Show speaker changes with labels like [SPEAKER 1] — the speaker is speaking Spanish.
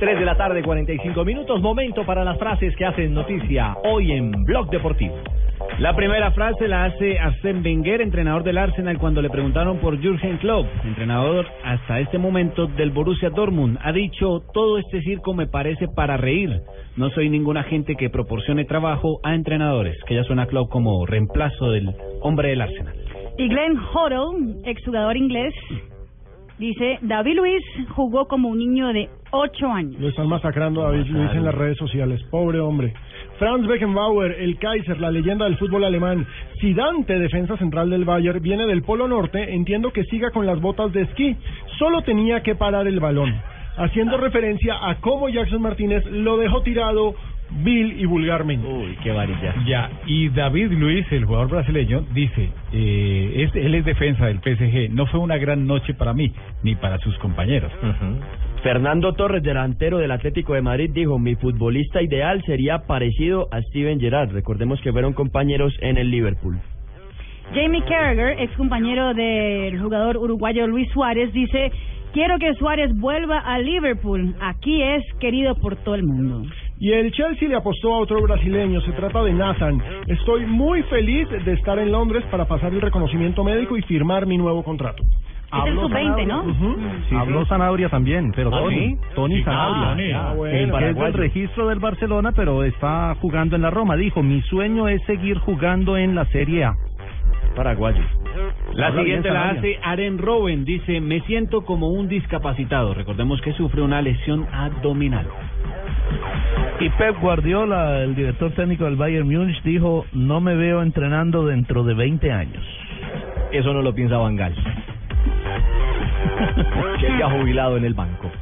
[SPEAKER 1] 3 de la tarde, 45 minutos. Momento para las frases que hacen noticia hoy en Blog Deportivo.
[SPEAKER 2] La primera frase la hace Arsène Wenger, entrenador del Arsenal, cuando le preguntaron por Jürgen Klopp, entrenador hasta este momento del Borussia Dortmund. Ha dicho, todo este circo me parece para reír. No soy ningún agente que proporcione trabajo a entrenadores, que ya suena Klopp como reemplazo del hombre del Arsenal.
[SPEAKER 3] Y Glenn Hoddle, exjugador inglés, dice, David Luis jugó como un niño de 8 años.
[SPEAKER 4] Lo están masacrando a David Luis en las redes sociales. Pobre hombre. Franz Beckenbauer, el Kaiser, la leyenda del fútbol alemán. Sidante, defensa central del Bayern, viene del Polo Norte. Entiendo que siga con las botas de esquí. Solo tenía que parar el balón. Haciendo referencia a cómo Jackson Martínez lo dejó tirado vil y vulgarmente.
[SPEAKER 2] Uy, qué varilla.
[SPEAKER 5] Ya, y David Luis, el jugador brasileño, dice, eh, es, él es defensa del PSG, no fue una gran noche para mí, ni para sus compañeros.
[SPEAKER 6] Fernando Torres, delantero del Atlético de Madrid, dijo, mi futbolista ideal sería parecido a Steven Gerrard. Recordemos que fueron compañeros en el Liverpool.
[SPEAKER 3] Jamie Carragher, ex compañero del jugador uruguayo Luis Suárez, dice, quiero que Suárez vuelva a Liverpool. Aquí es querido por todo el mundo.
[SPEAKER 4] Y el Chelsea le apostó a otro brasileño, se trata de Nathan. Estoy muy feliz de estar en Londres para pasar el reconocimiento médico y firmar mi nuevo contrato.
[SPEAKER 3] Es el sub-20, ¿no?
[SPEAKER 7] Habló Sanabria también, pero
[SPEAKER 2] Ah,
[SPEAKER 7] Tony, Tony
[SPEAKER 4] Tony.
[SPEAKER 7] Sanabria,
[SPEAKER 4] Ah, bueno.
[SPEAKER 7] el que es del
[SPEAKER 4] Paraguayo.
[SPEAKER 7] registro del Barcelona, pero está jugando en la Roma. Dijo, mi sueño es seguir jugando en la Serie A.
[SPEAKER 6] Paraguayo.
[SPEAKER 2] La
[SPEAKER 7] Habla
[SPEAKER 2] siguiente
[SPEAKER 7] bien
[SPEAKER 2] la
[SPEAKER 7] Sanabria.
[SPEAKER 2] hace Aren Rowen, dice, me siento como un discapacitado. Recordemos que sufre una lesión abdominal.
[SPEAKER 7] Y Pep Guardiola, el director técnico del Bayern Múnich, dijo, no me veo entrenando dentro de 20 años.
[SPEAKER 6] Eso no lo piensa Bangal. que se ha jubilado en el banco.